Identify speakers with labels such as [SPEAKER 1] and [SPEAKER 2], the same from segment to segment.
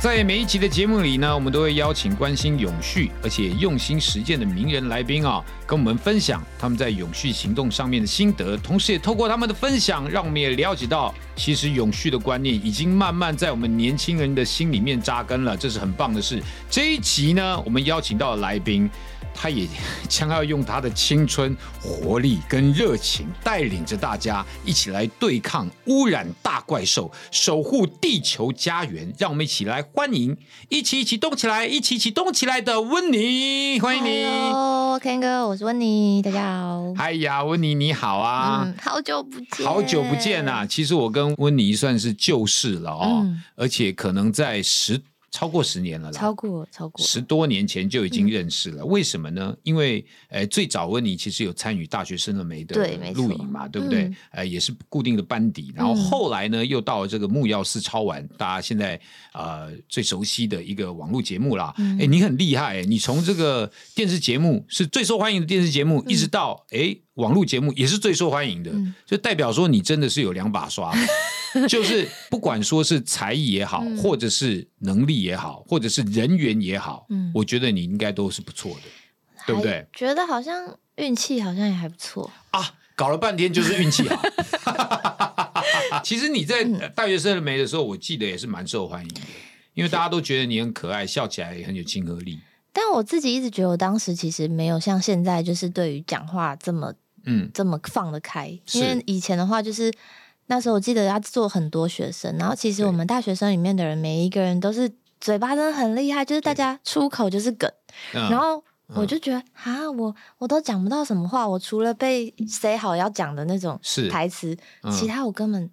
[SPEAKER 1] 在每一集的节目里呢，我们都会邀请关心永续而且用心实践的名人来宾啊、跟我们分享他们在永续行动上面的心得，同时也透过他们的分享，让我们也了解到，其实永续的观念已经慢慢在我们年轻人的心里面扎根了，这是很棒的事。这一集呢，我们邀请到的来宾，他也将要用他的青春、活力跟热情，带领着大家一起来对抗污染大怪兽，守护地球家园。让我们一起来欢迎，一起一起动起来，一起一起动起来的温妮，欢迎你。
[SPEAKER 2] Hello，Ken 哥，我是温妮，大家好。
[SPEAKER 1] 哎呀，温妮你好啊。
[SPEAKER 2] 嗯，好久不见，
[SPEAKER 1] 好久不见啊！其实我跟温妮算是旧识了哦，
[SPEAKER 2] 嗯
[SPEAKER 1] 而且可能在十超过十年了啦，
[SPEAKER 2] 超过超过，嗯
[SPEAKER 1] 十多年前就已经认识了，为什么呢？因为呃，最早温妮其实有参与大学生的美的
[SPEAKER 2] 对没错
[SPEAKER 1] 录影嘛，对不对
[SPEAKER 2] 嗯？
[SPEAKER 1] 呃，也是固定的班底，然后
[SPEAKER 2] 嗯
[SPEAKER 1] 后来呢，又到了这个木曜四超玩，大家现在呃最熟悉的一个网络节目啦。
[SPEAKER 2] 嗯
[SPEAKER 1] 哎，你很厉害，你从这个电视节目是最受欢迎的电视节目，
[SPEAKER 2] 嗯
[SPEAKER 1] 一直到哎网络节目也是最受欢迎的，就代表说你真的是有两把 刷。就是不管说是才艺也好，
[SPEAKER 2] 嗯
[SPEAKER 1] 或者是能力也好，或者是人缘也好，
[SPEAKER 2] 嗯
[SPEAKER 1] 我觉得你应该都是不错的对不对？
[SPEAKER 2] 觉得好像运气好像也还不错，
[SPEAKER 1] 啊。搞了半天就是运气好。 其实你在
[SPEAKER 2] 嗯
[SPEAKER 1] 呃大学生没的时候，我记得也是蛮受欢迎的，因为大家都觉得你很可爱，笑起来也很有亲和力。
[SPEAKER 2] 但我自己一直觉得我当时其实没有像现在就是对于讲话这么
[SPEAKER 1] 嗯
[SPEAKER 2] 这么放得开，
[SPEAKER 1] 是
[SPEAKER 2] 因为以前的话就是。那时候我记得要做很多学生，然后其实
[SPEAKER 1] 对
[SPEAKER 2] 我们大学生里面的人，每一个人都是嘴巴真的很厉害，就是大
[SPEAKER 1] 对
[SPEAKER 2] 家出口就是梗，
[SPEAKER 1] 嗯，
[SPEAKER 2] 然后
[SPEAKER 1] 嗯
[SPEAKER 2] 我就觉得啊，我我都讲不到什么话，我除了被塞好要讲的那种
[SPEAKER 1] 是
[SPEAKER 2] 台词，
[SPEAKER 1] 嗯
[SPEAKER 2] 其他我根本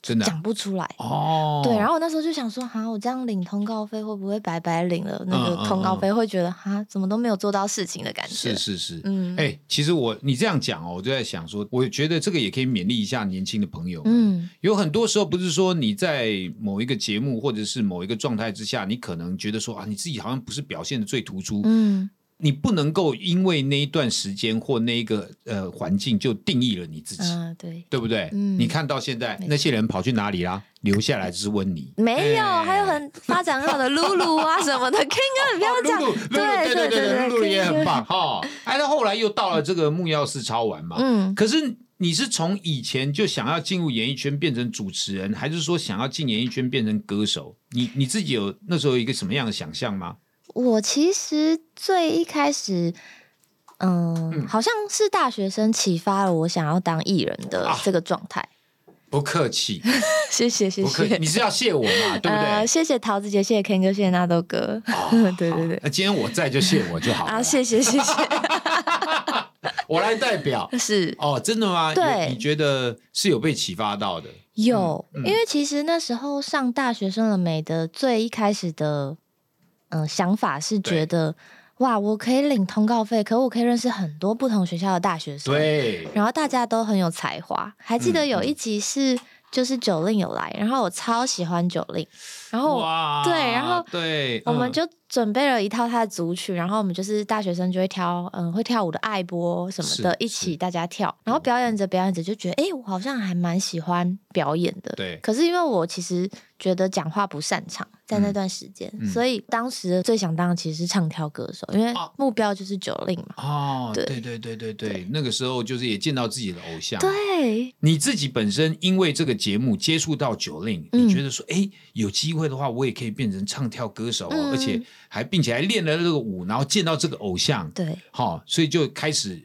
[SPEAKER 1] 真的啊
[SPEAKER 2] 讲不出来。
[SPEAKER 1] 哦，
[SPEAKER 2] 对，然
[SPEAKER 1] 后
[SPEAKER 2] 后我那时候就想说，哈，我这样领通告费会不会白白领了？那
[SPEAKER 1] 嗯嗯
[SPEAKER 2] 个通告费会觉得，哈，怎么都没有做到事情的感觉
[SPEAKER 1] 是。是是，
[SPEAKER 2] 嗯
[SPEAKER 1] 哎、其实我你这样讲哦，我就在想说，我觉得这个也可以勉励一下年轻的朋友们
[SPEAKER 2] 嗯，
[SPEAKER 1] 有很多时候不是说你在某一个节目或者是某一个状态之下，你可能觉得说啊，你自己好像不是表现的最突出，
[SPEAKER 2] 嗯，
[SPEAKER 1] 你不能够因为那一段时间或那一个呃环境就定义了你自己，
[SPEAKER 2] 啊，对，
[SPEAKER 1] 对不对？
[SPEAKER 2] 嗯
[SPEAKER 1] 你看到现在
[SPEAKER 2] 没错
[SPEAKER 1] 那些人跑去哪里啦？留下来只问你。
[SPEAKER 2] 没有，
[SPEAKER 1] 哎
[SPEAKER 2] 还有很发展很好的露露啊什么的，King 哥，你不要
[SPEAKER 1] 哦
[SPEAKER 2] 这样
[SPEAKER 1] 露露，对
[SPEAKER 2] 对对
[SPEAKER 1] 对，露露也很。
[SPEAKER 2] King
[SPEAKER 1] 棒哈。哎，那后来又到了这个木曜四超玩嘛
[SPEAKER 2] 哥，嗯，
[SPEAKER 1] 可是你是从以前就想要进入演艺圈变成主持人，还是说想要进演艺圈变成歌手？你你自己有那时候有一个什么样的想象吗？
[SPEAKER 2] 我其实最一开始，嗯，
[SPEAKER 1] 嗯
[SPEAKER 2] 好像是大学生启发了我想要当艺人的
[SPEAKER 1] 啊
[SPEAKER 2] 这个状 态。
[SPEAKER 1] 不客气，
[SPEAKER 2] 谢谢，谢
[SPEAKER 1] 不客气，
[SPEAKER 2] 谢
[SPEAKER 1] 你。是要谢我嘛，对不对？
[SPEAKER 2] 呃，谢谢桃子姐，谢谢 Ken 哥，谢谢纳豆哥。 对对对。
[SPEAKER 1] 那呃今天我在就谢我就哦好了啦，
[SPEAKER 2] 啊，谢谢谢 谢，
[SPEAKER 1] 我来代表。
[SPEAKER 2] 是
[SPEAKER 1] 哦，真的吗？有
[SPEAKER 2] 对
[SPEAKER 1] 你觉得是有被启发到的？
[SPEAKER 2] 有，
[SPEAKER 1] 嗯嗯
[SPEAKER 2] 因为其实那时候上大学生了没的最一开始的嗯、呃想法是
[SPEAKER 1] 对
[SPEAKER 2] 觉得哇，我可以领通告费，可我可以认识很多不同学校的大学生，
[SPEAKER 1] 对，
[SPEAKER 2] 然后大家都很有才华。还记得有一集是就是九令有来，然后我超喜欢九令，然后我
[SPEAKER 1] 哇，
[SPEAKER 2] 对然后
[SPEAKER 1] 对，
[SPEAKER 2] 我们
[SPEAKER 1] 嗯
[SPEAKER 2] 就准备了一套他的组曲，然后我们就是大学生就会挑嗯会跳舞的爱波什么的
[SPEAKER 1] 是，
[SPEAKER 2] 一
[SPEAKER 1] 是嗯
[SPEAKER 2] 起大家跳，然后表演着表演着就觉得诶，我好像还蛮喜欢表演的。
[SPEAKER 1] 对
[SPEAKER 2] 可是因为我其实觉得讲话不擅长，在那段时间，
[SPEAKER 1] 嗯
[SPEAKER 2] 所以当时最想当的其实是唱跳歌手，因为
[SPEAKER 1] 啊
[SPEAKER 2] 目标就是九令嘛。
[SPEAKER 1] 哦，
[SPEAKER 2] 对
[SPEAKER 1] 对对对对对，那个时候就是也见到自己的偶像，
[SPEAKER 2] 对，
[SPEAKER 1] 你自己本身因为这个节目接触到九令，
[SPEAKER 2] 嗯
[SPEAKER 1] 你觉得说，哎，有机会的话，我也可以变成唱跳歌手、哦，
[SPEAKER 2] 嗯
[SPEAKER 1] 而且还并且还练了这个舞，然后见到这个偶像，
[SPEAKER 2] 对，
[SPEAKER 1] 好、所以就开始嘖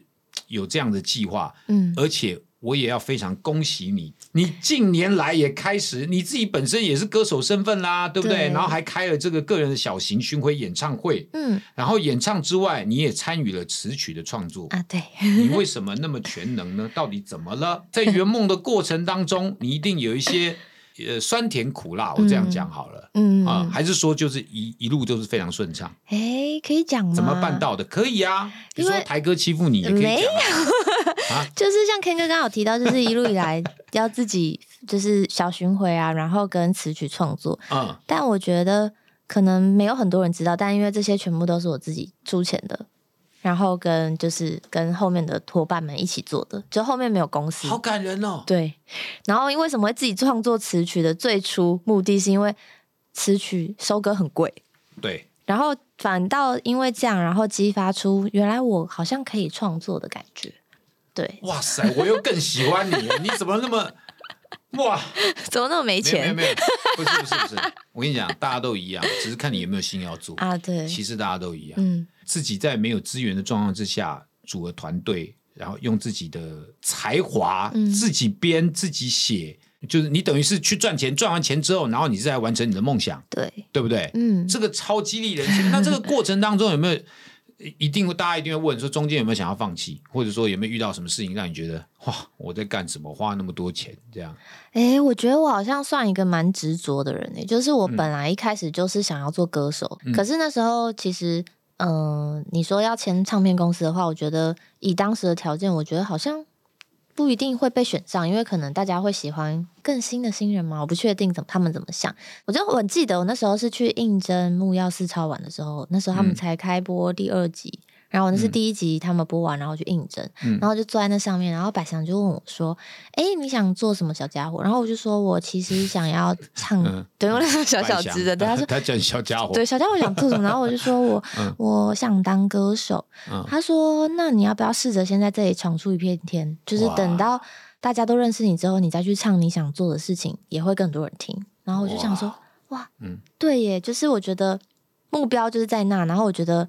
[SPEAKER 1] 有这样的计划，
[SPEAKER 2] 嗯，
[SPEAKER 1] 而且。我也要非常恭喜你，你近年来也开始你自己本身也是歌手身份啦，对不对？
[SPEAKER 2] 对
[SPEAKER 1] 然后还开了这个个人的小型巡回演唱会，
[SPEAKER 2] 嗯
[SPEAKER 1] 然后演唱之外，你也参与了词曲的创作。
[SPEAKER 2] 啊，对，
[SPEAKER 1] 你为什么那么全能呢？到底怎么了？在圆梦的过程当中，你一定有一些呃酸甜苦辣，我这样讲好了。
[SPEAKER 2] 嗯
[SPEAKER 1] 啊、还是说就是一一路就是非常顺畅，
[SPEAKER 2] 哎、可以讲吗？
[SPEAKER 1] 怎么办？到的？可以啊，你
[SPEAKER 2] 因为
[SPEAKER 1] 说台哥欺负你也可以
[SPEAKER 2] 没
[SPEAKER 1] 讲、啊，
[SPEAKER 2] 就是像 Ken 哥刚刚有提到，就是一路以来要自己就是小巡回啊，然后跟词曲创作。
[SPEAKER 1] 嗯，
[SPEAKER 2] 但我觉得可能没有很多人知道，但因为这些全部都是我自己出钱的，然后跟就是跟后面的伙伴们一起做的，就后面没有公司。
[SPEAKER 1] 好感人哦。
[SPEAKER 2] 对，然后因为什么会自己创作词曲的最初目的，是因为词曲收割很贵，
[SPEAKER 1] 对，
[SPEAKER 2] 然后反倒因为这样，然后激发出原来我好像可以创作的感觉。对，
[SPEAKER 1] 哇塞，我又更喜欢你了，你怎么那么哇？
[SPEAKER 2] 怎么那么没
[SPEAKER 1] 没有没有
[SPEAKER 2] 钱
[SPEAKER 1] 没有，不是不是不是，我跟你讲，大家都一样，只是看你有没有心要做。
[SPEAKER 2] 啊？对，
[SPEAKER 1] 其实大家都一样，
[SPEAKER 2] 嗯，
[SPEAKER 1] 自己在没有资源的状况之下，组合团队，然后用自己的才华，
[SPEAKER 2] 嗯
[SPEAKER 1] 自己编自己写，就是你等于是去赚钱，赚完钱之后，然后你再完成你的梦想，
[SPEAKER 2] 对，
[SPEAKER 1] 对不对？
[SPEAKER 2] 嗯，
[SPEAKER 1] 这个超激励人 心。那这个过程当中有没有一定大家一定会问说，中间有没有想要放弃，或者说有没有遇到什么事情让你觉得哇，我在干什么，花那么多钱这样？
[SPEAKER 2] 诶，我觉得我好像算一个蛮执着的人诶、就是我本来一开始就是想要做歌手，
[SPEAKER 1] 嗯
[SPEAKER 2] 可是那时候其实，嗯、你说要签唱片公司的话，我觉得以当时的条件，我觉得好像不一定会被选上，因为可能大家会喜欢更新的新人嘛，我不确定怎么他们怎么想。我就我很记得我那时候是去应征木曜四超晚的时候，那时候他们
[SPEAKER 1] 嗯
[SPEAKER 2] 才开播第二集。然后那是
[SPEAKER 1] 嗯
[SPEAKER 2] 第一集，他们播完，然后去应征，
[SPEAKER 1] 嗯
[SPEAKER 2] 然后就坐在那上面，然后百祥就问我说：“哎、你想做什么小家伙？”然后我就说：“我其实想要唱，
[SPEAKER 1] 嗯
[SPEAKER 2] 对，我那时候小小
[SPEAKER 1] 白想
[SPEAKER 2] 只的，对他说。”
[SPEAKER 1] 他叫你小家伙，
[SPEAKER 2] 对，小家伙想做什么？然后我就说我、
[SPEAKER 1] 嗯
[SPEAKER 2] 我想当歌手。
[SPEAKER 1] 嗯
[SPEAKER 2] 他说：“那你要不要试着先在这里闯出一片天？就是
[SPEAKER 1] 哇
[SPEAKER 2] 等到大家都认识你之后，你再去唱你想做的事情，也会更多人听。”然后我就想说：“哇，
[SPEAKER 1] 嗯
[SPEAKER 2] 对耶，就是我觉得目标就是在那，然后我觉得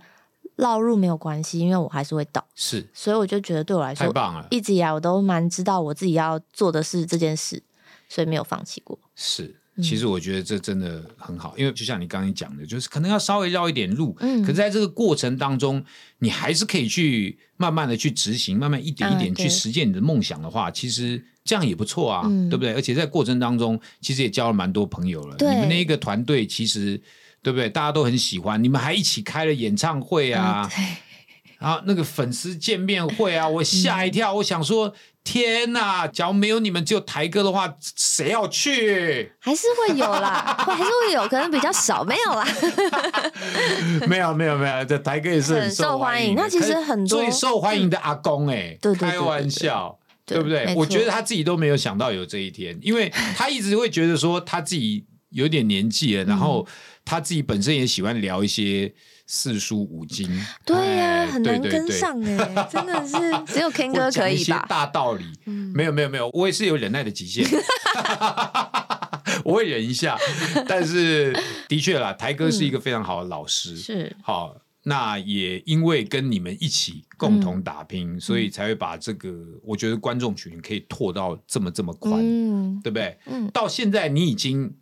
[SPEAKER 2] 绕路没有关系，因为我还是会到，
[SPEAKER 1] 是
[SPEAKER 2] 所以我就觉得对我来
[SPEAKER 1] 太
[SPEAKER 2] 说，
[SPEAKER 1] 棒了，
[SPEAKER 2] 一直以来我都蛮知道我自己要做的是这件事，所以没有放弃过。
[SPEAKER 1] 是。
[SPEAKER 2] 嗯
[SPEAKER 1] 其实我觉得这真的很好，因为就像你刚刚讲的，就是可能要稍微绕一点路，
[SPEAKER 2] 嗯
[SPEAKER 1] 可是在这个过程当中，你还是可以去慢慢的去执行，慢慢一点一点
[SPEAKER 2] 嗯对
[SPEAKER 1] 去实践你的梦想的话，其实这样也不错啊，
[SPEAKER 2] 嗯
[SPEAKER 1] 对不对？而且在过程当中，其实也交了蛮多朋友了。
[SPEAKER 2] 对
[SPEAKER 1] 你们那一个团队其实对不对？大家都很喜欢，你们还一起开了演唱会
[SPEAKER 2] 嗯
[SPEAKER 1] 啊，然后那个粉丝见面会啊，我吓一跳，我想说天呐，假如没有你们，只有台哥的话，谁要去？
[SPEAKER 2] 还是会有啦，会还是会有，可能比较少，没有啦。
[SPEAKER 1] 没有没有没有，这台哥也是
[SPEAKER 2] 很受
[SPEAKER 1] 受
[SPEAKER 2] 欢
[SPEAKER 1] 欢
[SPEAKER 2] 迎
[SPEAKER 1] 迎的。
[SPEAKER 2] 那其实很多嗯
[SPEAKER 1] 最受欢迎的阿公哎、
[SPEAKER 2] 对对对对
[SPEAKER 1] 开玩笑。
[SPEAKER 2] 对
[SPEAKER 1] 对不对
[SPEAKER 2] 没？错
[SPEAKER 1] 我觉得他自己都没有想到有这一天，因为他一直会觉得说他自己有点年纪了，然后
[SPEAKER 2] 嗯
[SPEAKER 1] 他自己本身也喜欢聊一些四书五经，
[SPEAKER 2] 对呀、
[SPEAKER 1] 哎
[SPEAKER 2] 很
[SPEAKER 1] 对
[SPEAKER 2] 难
[SPEAKER 1] 对
[SPEAKER 2] 跟
[SPEAKER 1] 对
[SPEAKER 2] 上哎、真 的是只有 Ken
[SPEAKER 1] 或
[SPEAKER 2] 哥
[SPEAKER 1] 讲
[SPEAKER 2] 可
[SPEAKER 1] 一
[SPEAKER 2] 以
[SPEAKER 1] 些
[SPEAKER 2] 吧？嗯
[SPEAKER 1] 大道理，没有没有没有，我也是有忍耐的极限， 我会忍一下。但是的确啦，台哥是一个非常好的老师，
[SPEAKER 2] 是，
[SPEAKER 1] 好，那也因为跟你们一起共同打
[SPEAKER 2] 嗯
[SPEAKER 1] 拼，所以才会把这个我觉得观众群可以拓到这么这么宽，
[SPEAKER 2] 嗯
[SPEAKER 1] 对不对？
[SPEAKER 2] 嗯，
[SPEAKER 1] 到现在你已经。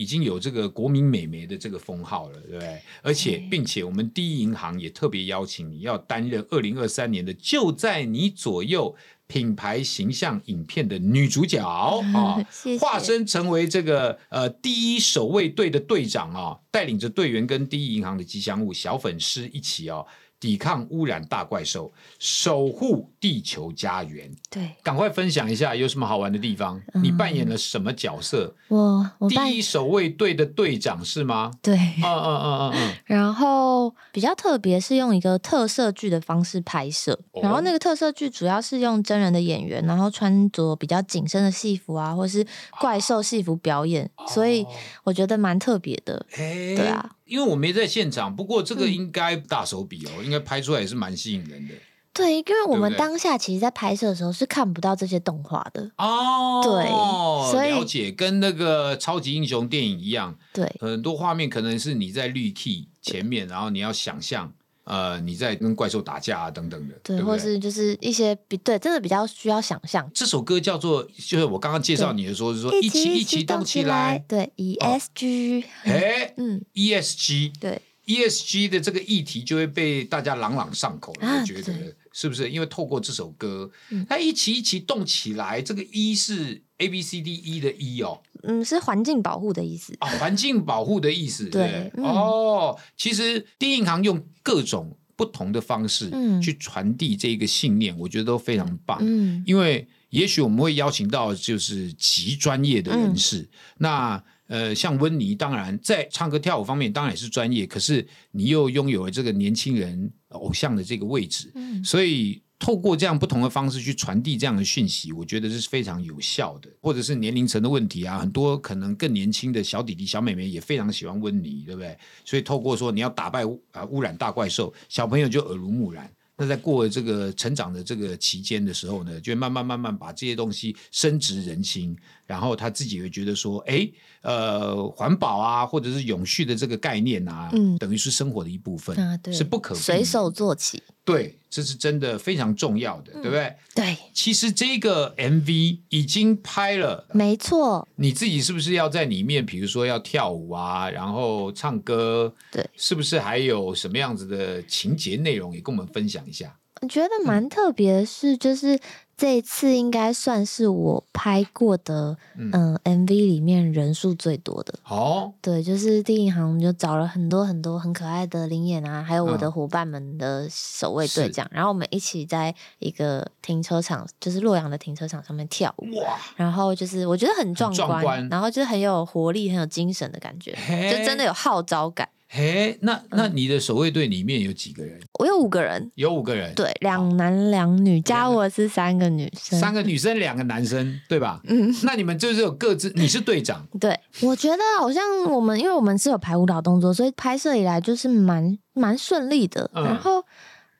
[SPEAKER 1] 已经有这个国民美眉的这个封号了，对不对？而且，并且我们第一银行也特别邀请你要担任二零二三年的《就在你左右》品牌形象影片的女主 角啊、
[SPEAKER 2] 谢谢
[SPEAKER 1] 化身成为这个呃第一守卫队的队长啊、带领着队员跟第一银行的吉祥物小粉狮一起哦，抵抗污染大怪兽，守护地球家园。
[SPEAKER 2] 对
[SPEAKER 1] 赶快分享一下有什么好玩的地方？你扮演了什么角色？
[SPEAKER 2] 我嗯我扮
[SPEAKER 1] 第一守卫队的队长是吗？
[SPEAKER 2] 对，
[SPEAKER 1] 嗯嗯嗯嗯嗯，
[SPEAKER 2] 然后比较特别是用一个特摄剧的方式拍摄，
[SPEAKER 1] 哦
[SPEAKER 2] 然后那个特摄剧主要是用真人的演员，然后穿着比较紧身的戏服啊，或是怪兽戏服表演，所以
[SPEAKER 1] 哦
[SPEAKER 2] 我觉得蛮特别的。
[SPEAKER 1] 哎，
[SPEAKER 2] 对啊，嗯
[SPEAKER 1] 因为我没在现场，不过这个应该大手笔哦，应该拍出来也是蛮吸引人的
[SPEAKER 2] 对，因为我
[SPEAKER 1] 对不
[SPEAKER 2] 们
[SPEAKER 1] 对
[SPEAKER 2] 当下其实，在拍摄的时候是看不到这些动画的，
[SPEAKER 1] 哦。
[SPEAKER 2] 对所以
[SPEAKER 1] 了解，跟那个超级英雄电影一样，
[SPEAKER 2] 对，
[SPEAKER 1] 很多画面可能是你在绿 key 前面，然后你要想象，呃，你在跟怪兽打架啊等等的，
[SPEAKER 2] 对，
[SPEAKER 1] 对不
[SPEAKER 2] 或
[SPEAKER 1] 对？
[SPEAKER 2] 是就是一些比对，真的比较需要想象。
[SPEAKER 1] 这首歌叫做，就是我刚刚介绍你的时候，是说一起
[SPEAKER 2] 起
[SPEAKER 1] 一起动起来，哦
[SPEAKER 2] 对，ESG，、
[SPEAKER 1] 哎
[SPEAKER 2] 嗯，
[SPEAKER 1] ，ESG
[SPEAKER 2] 对，
[SPEAKER 1] ESG 的这个议题就会被大家朗朗上口了，
[SPEAKER 2] 啊
[SPEAKER 1] 我觉得
[SPEAKER 2] 对
[SPEAKER 1] 是不是？因为透过这首歌
[SPEAKER 2] 嗯，
[SPEAKER 1] 它一起一起动起来，这个一是 A B C D E 的一哦，
[SPEAKER 2] 嗯，是环境保护的意思。
[SPEAKER 1] 啊，环境保护的意思，
[SPEAKER 2] 对
[SPEAKER 1] 对不对
[SPEAKER 2] 嗯
[SPEAKER 1] 哦，其实低银行用各种不同的方式
[SPEAKER 2] 嗯
[SPEAKER 1] 去传递这个信念，我觉得都非常棒。
[SPEAKER 2] 嗯
[SPEAKER 1] 因为也许我们会邀请到就是极专业的人士。
[SPEAKER 2] 嗯
[SPEAKER 1] 那呃，像温妮，当然在唱歌跳舞方面当然也是专业，可是你又拥有了这个年轻人呃偶像的这个位置，
[SPEAKER 2] 嗯
[SPEAKER 1] 所以透过这样不同的方式去传递这样的讯息，我觉得这是非常有效的。或者是年龄层的问题啊，很多可能更年轻的小弟弟、小妹妹也非常喜欢温妮，对不对？所以透过说你要打败污啊污染大怪兽，小朋友就耳濡目染。那在过了这个成长的这个期间的时候呢，就会慢慢慢慢把这些东西深植人心，然后他自己会觉得说，哎，呃，环保啊，或者是永续的这个概念啊，
[SPEAKER 2] 嗯
[SPEAKER 1] 等于是生活的一部分，
[SPEAKER 2] 啊，对，
[SPEAKER 1] 是不可避
[SPEAKER 2] 随
[SPEAKER 1] 免
[SPEAKER 2] 手做起。
[SPEAKER 1] 对，这是真的非常重要
[SPEAKER 2] 嗯
[SPEAKER 1] 的，对不对？
[SPEAKER 2] 对，
[SPEAKER 1] 其实这个 MV 已经拍了，
[SPEAKER 2] 没错，
[SPEAKER 1] 你自己是不是要在里面，比如说要跳舞啊，然后唱歌，
[SPEAKER 2] 对，
[SPEAKER 1] 是不是还有什么样子的情节内容也跟我们分享一下？
[SPEAKER 2] 我觉
[SPEAKER 1] 嗯
[SPEAKER 2] 得蛮特别的是，就是这一次应该算是我拍过的，
[SPEAKER 1] 嗯
[SPEAKER 2] 嗯、m v 里面人数最多的。
[SPEAKER 1] 哦，
[SPEAKER 2] 对，就是第一行，我们就找了很多很多很可爱的灵眼啊，还有我的
[SPEAKER 1] 嗯
[SPEAKER 2] 伙伴们的守卫队
[SPEAKER 1] 是
[SPEAKER 2] 这样，然后我们一起在一个停车场，就是洛阳的停车场上面跳舞，
[SPEAKER 1] 哇，
[SPEAKER 2] 然后就是我觉得很壮观，
[SPEAKER 1] 壮观
[SPEAKER 2] 然后就是很有活力、很有精神的 感觉，
[SPEAKER 1] 嘿
[SPEAKER 2] 就真的有号召感。
[SPEAKER 1] 嘿，那那你的守卫队里面有几个人？
[SPEAKER 2] 我有五个人，
[SPEAKER 1] 有五个人，，
[SPEAKER 2] 对，两男两女，加我是三个女生，
[SPEAKER 1] 三个女生，两个男生，对吧？嗯，那你们就是有各自，你是队长，
[SPEAKER 2] 对，我觉得好像我们，因为我们是有排舞蹈动作，所以拍摄以来就是蛮蛮顺利的。
[SPEAKER 1] 嗯
[SPEAKER 2] 然后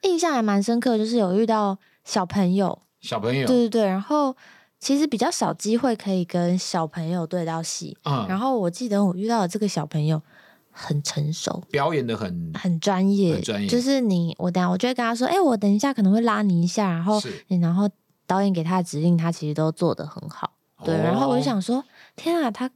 [SPEAKER 2] 印象还蛮深刻，就是有遇到小朋友，
[SPEAKER 1] 小朋友，
[SPEAKER 2] 对对对。然后其实比较少机会可以跟小朋友对到戏。然
[SPEAKER 1] 嗯，
[SPEAKER 2] 后我记得我遇到的这个小朋友很成熟，
[SPEAKER 1] 表演的很
[SPEAKER 2] 很专业，
[SPEAKER 1] 很专业
[SPEAKER 2] 就是你，我等一下我就会跟他说，哎、我等一下可能会拉你一下，然后
[SPEAKER 1] 是，
[SPEAKER 2] 然后导演给他的指令，他其实都做得很好。对，然后我就
[SPEAKER 1] 哦
[SPEAKER 2] 想说，天啊，他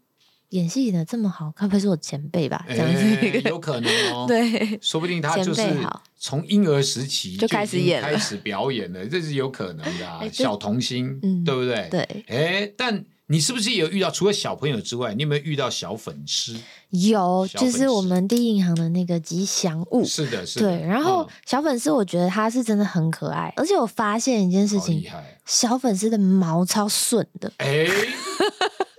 [SPEAKER 2] 演戏演的这么好，该不会是我前辈吧？这样子一
[SPEAKER 1] 哎
[SPEAKER 2] 个，
[SPEAKER 1] 有可能哦。，
[SPEAKER 2] 对，
[SPEAKER 1] 说不定他就是
[SPEAKER 2] 前辈好
[SPEAKER 1] 从婴儿时期
[SPEAKER 2] 就开始演了
[SPEAKER 1] 已经开始表演了， 这是有可能的、啊
[SPEAKER 2] 哎。这
[SPEAKER 1] 小童星，
[SPEAKER 2] 嗯
[SPEAKER 1] 对不对？。
[SPEAKER 2] 对，
[SPEAKER 1] 哎，但你是不是也有遇到？除了小朋友之外，你有没有遇到小粉丝？
[SPEAKER 2] 有，
[SPEAKER 1] 小
[SPEAKER 2] 就
[SPEAKER 1] 粉
[SPEAKER 2] 是我
[SPEAKER 1] 丝
[SPEAKER 2] 们第一银行的那个吉祥物。
[SPEAKER 1] 是的，是的。
[SPEAKER 2] 哦对，然后
[SPEAKER 1] 嗯
[SPEAKER 2] 小粉丝，我觉得他是真的很可爱，而且我发现一件事
[SPEAKER 1] 好厉
[SPEAKER 2] 情，
[SPEAKER 1] 害。
[SPEAKER 2] 小粉丝的毛超顺的，
[SPEAKER 1] 哎，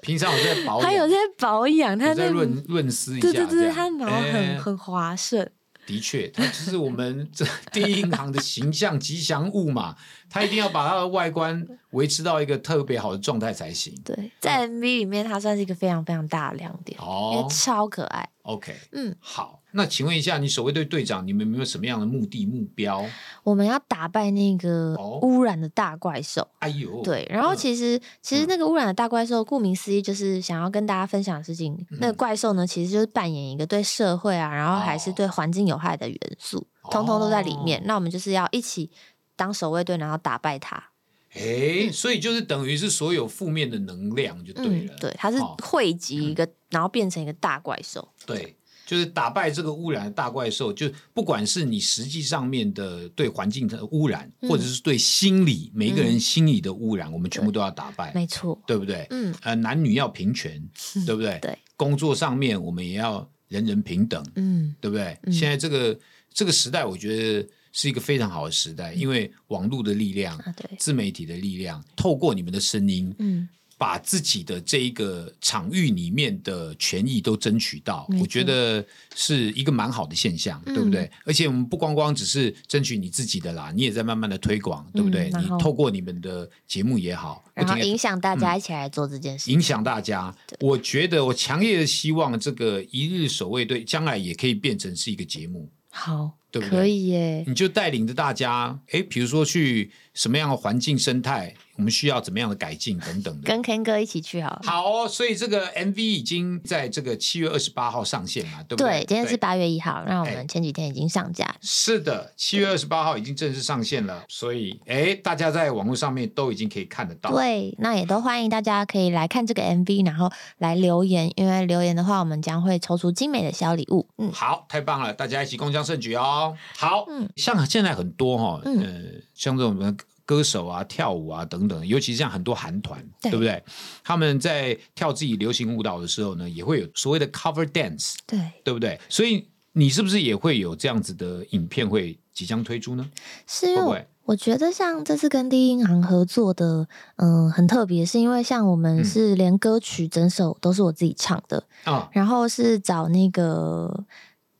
[SPEAKER 1] 平常我在保养，
[SPEAKER 2] 他有在保养，他
[SPEAKER 1] 哦有在
[SPEAKER 2] 的
[SPEAKER 1] 润润丝一下，
[SPEAKER 2] 对对
[SPEAKER 1] 这
[SPEAKER 2] 对，
[SPEAKER 1] 样
[SPEAKER 2] 他毛
[SPEAKER 1] 哎
[SPEAKER 2] 很很滑顺，
[SPEAKER 1] 的确，它就是我们这第一银行的形象吉祥物嘛，它一定要把它的外观维持到一个特别好的状态才行。
[SPEAKER 2] 对，在 MV 里面他算是一个非常非常大的亮点，因为
[SPEAKER 1] 嗯哦
[SPEAKER 2] 超可爱。
[SPEAKER 1] ，OK，
[SPEAKER 2] 嗯，
[SPEAKER 1] 好，那请问一下，你守卫队队长，你们有没有什么样的目的目标？
[SPEAKER 2] 我们要打败那个
[SPEAKER 1] 哦
[SPEAKER 2] 污染的大怪兽。
[SPEAKER 1] 哎呦，
[SPEAKER 2] 对，然后
[SPEAKER 1] 嗯
[SPEAKER 2] 其实、其实那个污染的大怪兽，顾名思义就是想要跟大家分享的事情。那
[SPEAKER 1] 嗯
[SPEAKER 2] 个怪兽呢，其实就是扮演一个对社会啊，然后还是
[SPEAKER 1] 哦
[SPEAKER 2] 对环境有害的元素，通通都在里面
[SPEAKER 1] 哦。
[SPEAKER 2] 那我们就是要一起当守卫队，然后打败它。
[SPEAKER 1] 哎，所以就是等于是所有负面的能量就对
[SPEAKER 2] 嗯
[SPEAKER 1] 了，，
[SPEAKER 2] 对，它是
[SPEAKER 1] 哦
[SPEAKER 2] 汇集一个，然后变成一个大怪兽。
[SPEAKER 1] 对，就是打败这个污染的大怪兽，就不管是你实际上面的对环境的污染，
[SPEAKER 2] 嗯
[SPEAKER 1] 或者是对心理每一个人心理的污染，我们全部
[SPEAKER 2] 对
[SPEAKER 1] 都要打败，
[SPEAKER 2] 没错，
[SPEAKER 1] 对不对？
[SPEAKER 2] 嗯，
[SPEAKER 1] 呃，男女要平权，对不对？
[SPEAKER 2] 对，
[SPEAKER 1] 工作上面我们也要人人平等，
[SPEAKER 2] 嗯，
[SPEAKER 1] 对不对？
[SPEAKER 2] 嗯
[SPEAKER 1] 现在这个这个时代，我觉得是一个非常好的时代，
[SPEAKER 2] 嗯
[SPEAKER 1] 因为网络的力量、
[SPEAKER 2] 啊，对，
[SPEAKER 1] 自媒体的力量，透过你们的声音，
[SPEAKER 2] 嗯，
[SPEAKER 1] 把自己的这一个场域里面的权益都争取到
[SPEAKER 2] 没，错
[SPEAKER 1] 我觉得是一个蛮好的现象，
[SPEAKER 2] 嗯
[SPEAKER 1] 对不对？而且我们不光光只是争取你自己的啦，你也在慢慢的推广，对不对？
[SPEAKER 2] 然
[SPEAKER 1] 你
[SPEAKER 2] 后
[SPEAKER 1] 透过你们的节目也好，不
[SPEAKER 2] 嗯然后
[SPEAKER 1] 停地
[SPEAKER 2] 影响大家一起来做这件
[SPEAKER 1] 嗯
[SPEAKER 2] 事。
[SPEAKER 1] 影响大家。我觉得我强烈的希望这个一日守卫队将来也可以变成是一个节目，
[SPEAKER 2] 好，
[SPEAKER 1] 对不对嗯
[SPEAKER 2] 可以耶。
[SPEAKER 1] 你就带领着大家，诶，比如说去什么样的环境生态，我们需要怎么样的改进等等的。
[SPEAKER 2] 跟 Ken 哥一起去好了。
[SPEAKER 1] 好哦，所以这个 MV 已经在这个七月二十八号上线嘛，对不对？
[SPEAKER 2] 对，今天是
[SPEAKER 1] 对
[SPEAKER 2] 八月一号，那我
[SPEAKER 1] 哎
[SPEAKER 2] 们前几天已经上架，
[SPEAKER 1] 是的，七月二十八号已经正式上线了，所以哎，大家在网络上面都已经可以看得到。
[SPEAKER 2] 对，那也都欢迎大家可以来看这个 MV，然后来留言，因为留言的话，我们将会抽出精美的小礼物。嗯，
[SPEAKER 1] 好，太棒了，大家一起共襄盛举哦。好，
[SPEAKER 2] 嗯
[SPEAKER 1] 像现在很多哈、
[SPEAKER 2] 嗯
[SPEAKER 1] 呃，像这种什么歌手啊、跳舞啊等等，尤其像很多韩团，
[SPEAKER 2] 对
[SPEAKER 1] 不对？他们在跳自己流行舞蹈的时候呢，也会有所谓的 cover dance，
[SPEAKER 2] 对，
[SPEAKER 1] 对不对？所以你是不是也会有这样子的影片会即将推出呢？
[SPEAKER 2] 是因为
[SPEAKER 1] 会不
[SPEAKER 2] 我
[SPEAKER 1] 会
[SPEAKER 2] 我觉得像这次跟第一银行合作的，嗯、很特别，是因为像我
[SPEAKER 1] 嗯
[SPEAKER 2] 们是连歌曲整首都是我自己唱的，
[SPEAKER 1] 啊、
[SPEAKER 2] 然后是找那个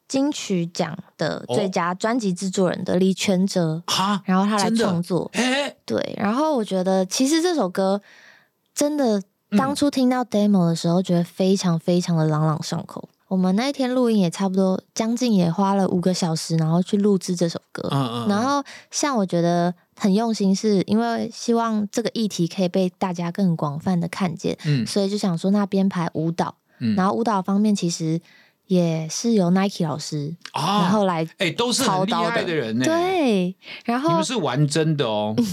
[SPEAKER 2] 金曲奖的
[SPEAKER 1] 哦
[SPEAKER 2] 最佳专辑制作人的李全哲，
[SPEAKER 1] 哈，
[SPEAKER 2] 然后他来
[SPEAKER 1] 真的
[SPEAKER 2] 创作。
[SPEAKER 1] 哎，
[SPEAKER 2] 对，然后我觉得其实这首歌真的，
[SPEAKER 1] 嗯
[SPEAKER 2] 当初听到 demo 的时候，觉得非常非常的朗朗上口。我们那一天录音也差不多，将近也花了五个小时，然后去录制这首歌。
[SPEAKER 1] 嗯嗯，
[SPEAKER 2] 然后像我觉得很用心，是因为希望这个议题可以被大家更广泛的看见，
[SPEAKER 1] 嗯
[SPEAKER 2] 所以就想说那编排舞蹈，
[SPEAKER 1] 嗯，
[SPEAKER 2] 然后舞蹈方面其实也是由 Nike 老师，
[SPEAKER 1] 啊，
[SPEAKER 2] 然后来
[SPEAKER 1] 哎，都是
[SPEAKER 2] 操
[SPEAKER 1] 很厉
[SPEAKER 2] 刀
[SPEAKER 1] 害的人呢、。
[SPEAKER 2] 对，然
[SPEAKER 1] 你
[SPEAKER 2] 后
[SPEAKER 1] 们是玩真的 哦，嗯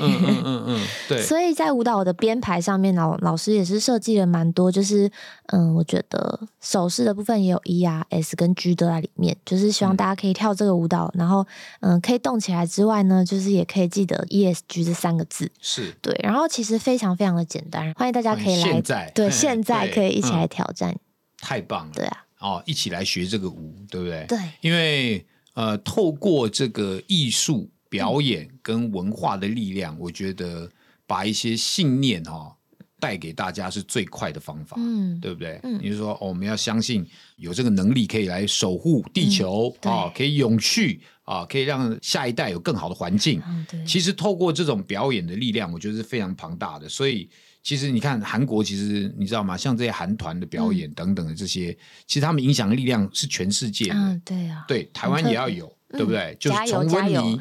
[SPEAKER 1] 嗯嗯嗯嗯，对，
[SPEAKER 2] 所以在舞蹈的编排上面，老老师也是设计了蛮多，就是嗯，我觉得手势的部分也有 E 啊、S 跟 G 都在里面，就是希望
[SPEAKER 1] 嗯
[SPEAKER 2] 大家可以跳这个舞蹈，然后嗯，可以动起来之外呢，就是也可以记得 E、S、G 这三个字。
[SPEAKER 1] 是
[SPEAKER 2] 对，然后其实非常非常的简单，欢迎大家可以来
[SPEAKER 1] 现，在
[SPEAKER 2] 对，
[SPEAKER 1] 嗯
[SPEAKER 2] 现在
[SPEAKER 1] 对
[SPEAKER 2] 可以一起来
[SPEAKER 1] 嗯
[SPEAKER 2] 挑战，
[SPEAKER 1] 太棒了
[SPEAKER 2] 对啊，
[SPEAKER 1] 哦，一起来学这个舞，对不对？
[SPEAKER 2] 对，
[SPEAKER 1] 因为呃，透过这个艺术表演跟文化的力量，我觉得把一些信念哈、哦、带给大家是最快的方法。
[SPEAKER 2] 嗯，
[SPEAKER 1] 对不对？
[SPEAKER 2] 嗯
[SPEAKER 1] 你是说、哦我们要相信有这个能力可以来守护地球
[SPEAKER 2] 嗯对
[SPEAKER 1] 啊、可以永续啊、可以让下一代有更好的环境。
[SPEAKER 2] 嗯，对，
[SPEAKER 1] 其实透过这种表演的力量，我觉得是非常庞大的。所以其实你看韩国，其实你知道吗？像这些韩团的表
[SPEAKER 2] 嗯
[SPEAKER 1] 演等等的这些，其实他们影响力量是全世界的。
[SPEAKER 2] 嗯，对啊，
[SPEAKER 1] 对，台湾也要有，对不对？就是
[SPEAKER 2] 加油
[SPEAKER 1] 从
[SPEAKER 2] 嗯加
[SPEAKER 1] 温
[SPEAKER 2] 油
[SPEAKER 1] 妮，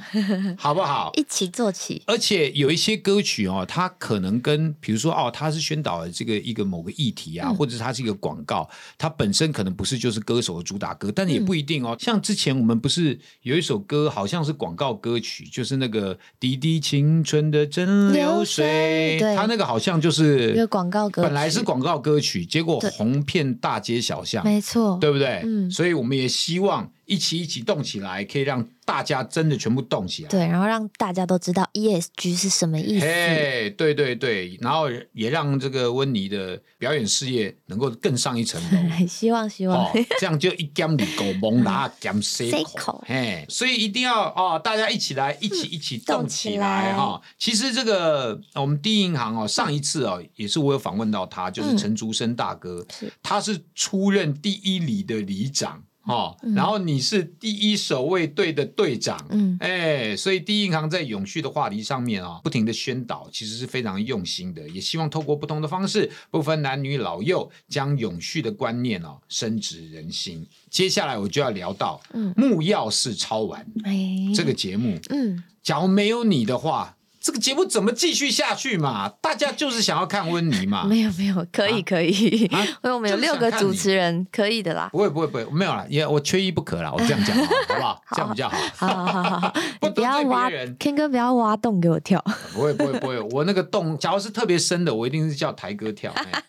[SPEAKER 1] 好不好？
[SPEAKER 2] 一起做起，
[SPEAKER 1] 而且有一些歌曲哦，它可能跟比如说哦，它是宣导了这个一个某个议题啊，
[SPEAKER 2] 嗯
[SPEAKER 1] 或者它是一个广告，它本身可能不是就是歌手的主打歌，
[SPEAKER 2] 嗯
[SPEAKER 1] 但也不一定哦。像之前我们不是有一首歌，好像是广告歌曲，就是那个《滴滴青春的蒸馏水
[SPEAKER 2] 流水》，对
[SPEAKER 1] 它那个好像就
[SPEAKER 2] 因为
[SPEAKER 1] 是
[SPEAKER 2] 广告歌
[SPEAKER 1] 本来是
[SPEAKER 2] 曲，
[SPEAKER 1] 广告歌曲，结果
[SPEAKER 2] 对
[SPEAKER 1] 红遍大街小巷。
[SPEAKER 2] 没错，
[SPEAKER 1] 对不对？
[SPEAKER 2] 嗯
[SPEAKER 1] 所以我们也希望一起一起动起来，可以让大家真的全部动起来。
[SPEAKER 2] 对，然后让大家都知道 ESG 是什么意思。
[SPEAKER 1] 嘿，对对对，然后也让这个温妮的表演事业能够更上一层 楼。
[SPEAKER 2] 希望希望，
[SPEAKER 1] 哦，这样就一减二狗蒙拉减四口
[SPEAKER 2] 口，
[SPEAKER 1] 嘿，所以一定要哦，大家一起来，一起一起
[SPEAKER 2] 动
[SPEAKER 1] 动
[SPEAKER 2] 起
[SPEAKER 1] 起来
[SPEAKER 2] 来
[SPEAKER 1] 哈、其实这个呃我们第一银行哦，上一次哦也是我有访问到他，就是
[SPEAKER 2] 嗯
[SPEAKER 1] 陈竹生大哥，
[SPEAKER 2] 是
[SPEAKER 1] 他是出任第一里的里长哦，然后你是第一守卫队的队长，
[SPEAKER 2] 嗯，
[SPEAKER 1] 哎，所以第一银行在永续的话题上面啊，不停的宣导，其实是非常用心的，也希望透过不同的方式，不分男女老幼，将永续的观念哦、深植人心。接下来我就要聊到，
[SPEAKER 2] 嗯
[SPEAKER 1] 木曜是超玩、
[SPEAKER 2] 哎，
[SPEAKER 1] 这个，节目，
[SPEAKER 2] 嗯，
[SPEAKER 1] 假如没有你的话，这个节目怎么继续下去嘛？大家就是想要看温妮嘛。
[SPEAKER 2] 没有没有，可以可以，因
[SPEAKER 1] 啊
[SPEAKER 2] 为我们有
[SPEAKER 1] 就是
[SPEAKER 2] 六
[SPEAKER 1] 想
[SPEAKER 2] 个
[SPEAKER 1] 看
[SPEAKER 2] 主
[SPEAKER 1] 你
[SPEAKER 2] 持人，可以的啦。
[SPEAKER 1] 不会不会不会，没有啦，也我缺一不可啦，我这样讲好，好不好？这样比较好。
[SPEAKER 2] 好好好好好，
[SPEAKER 1] 不
[SPEAKER 2] 你不要
[SPEAKER 1] 得罪别
[SPEAKER 2] 挖
[SPEAKER 1] 人
[SPEAKER 2] ，Ken 哥不要挖洞给 我跳。
[SPEAKER 1] 不会不会不会，我那个洞，假如是特别深的，我一定是叫台哥跳。哎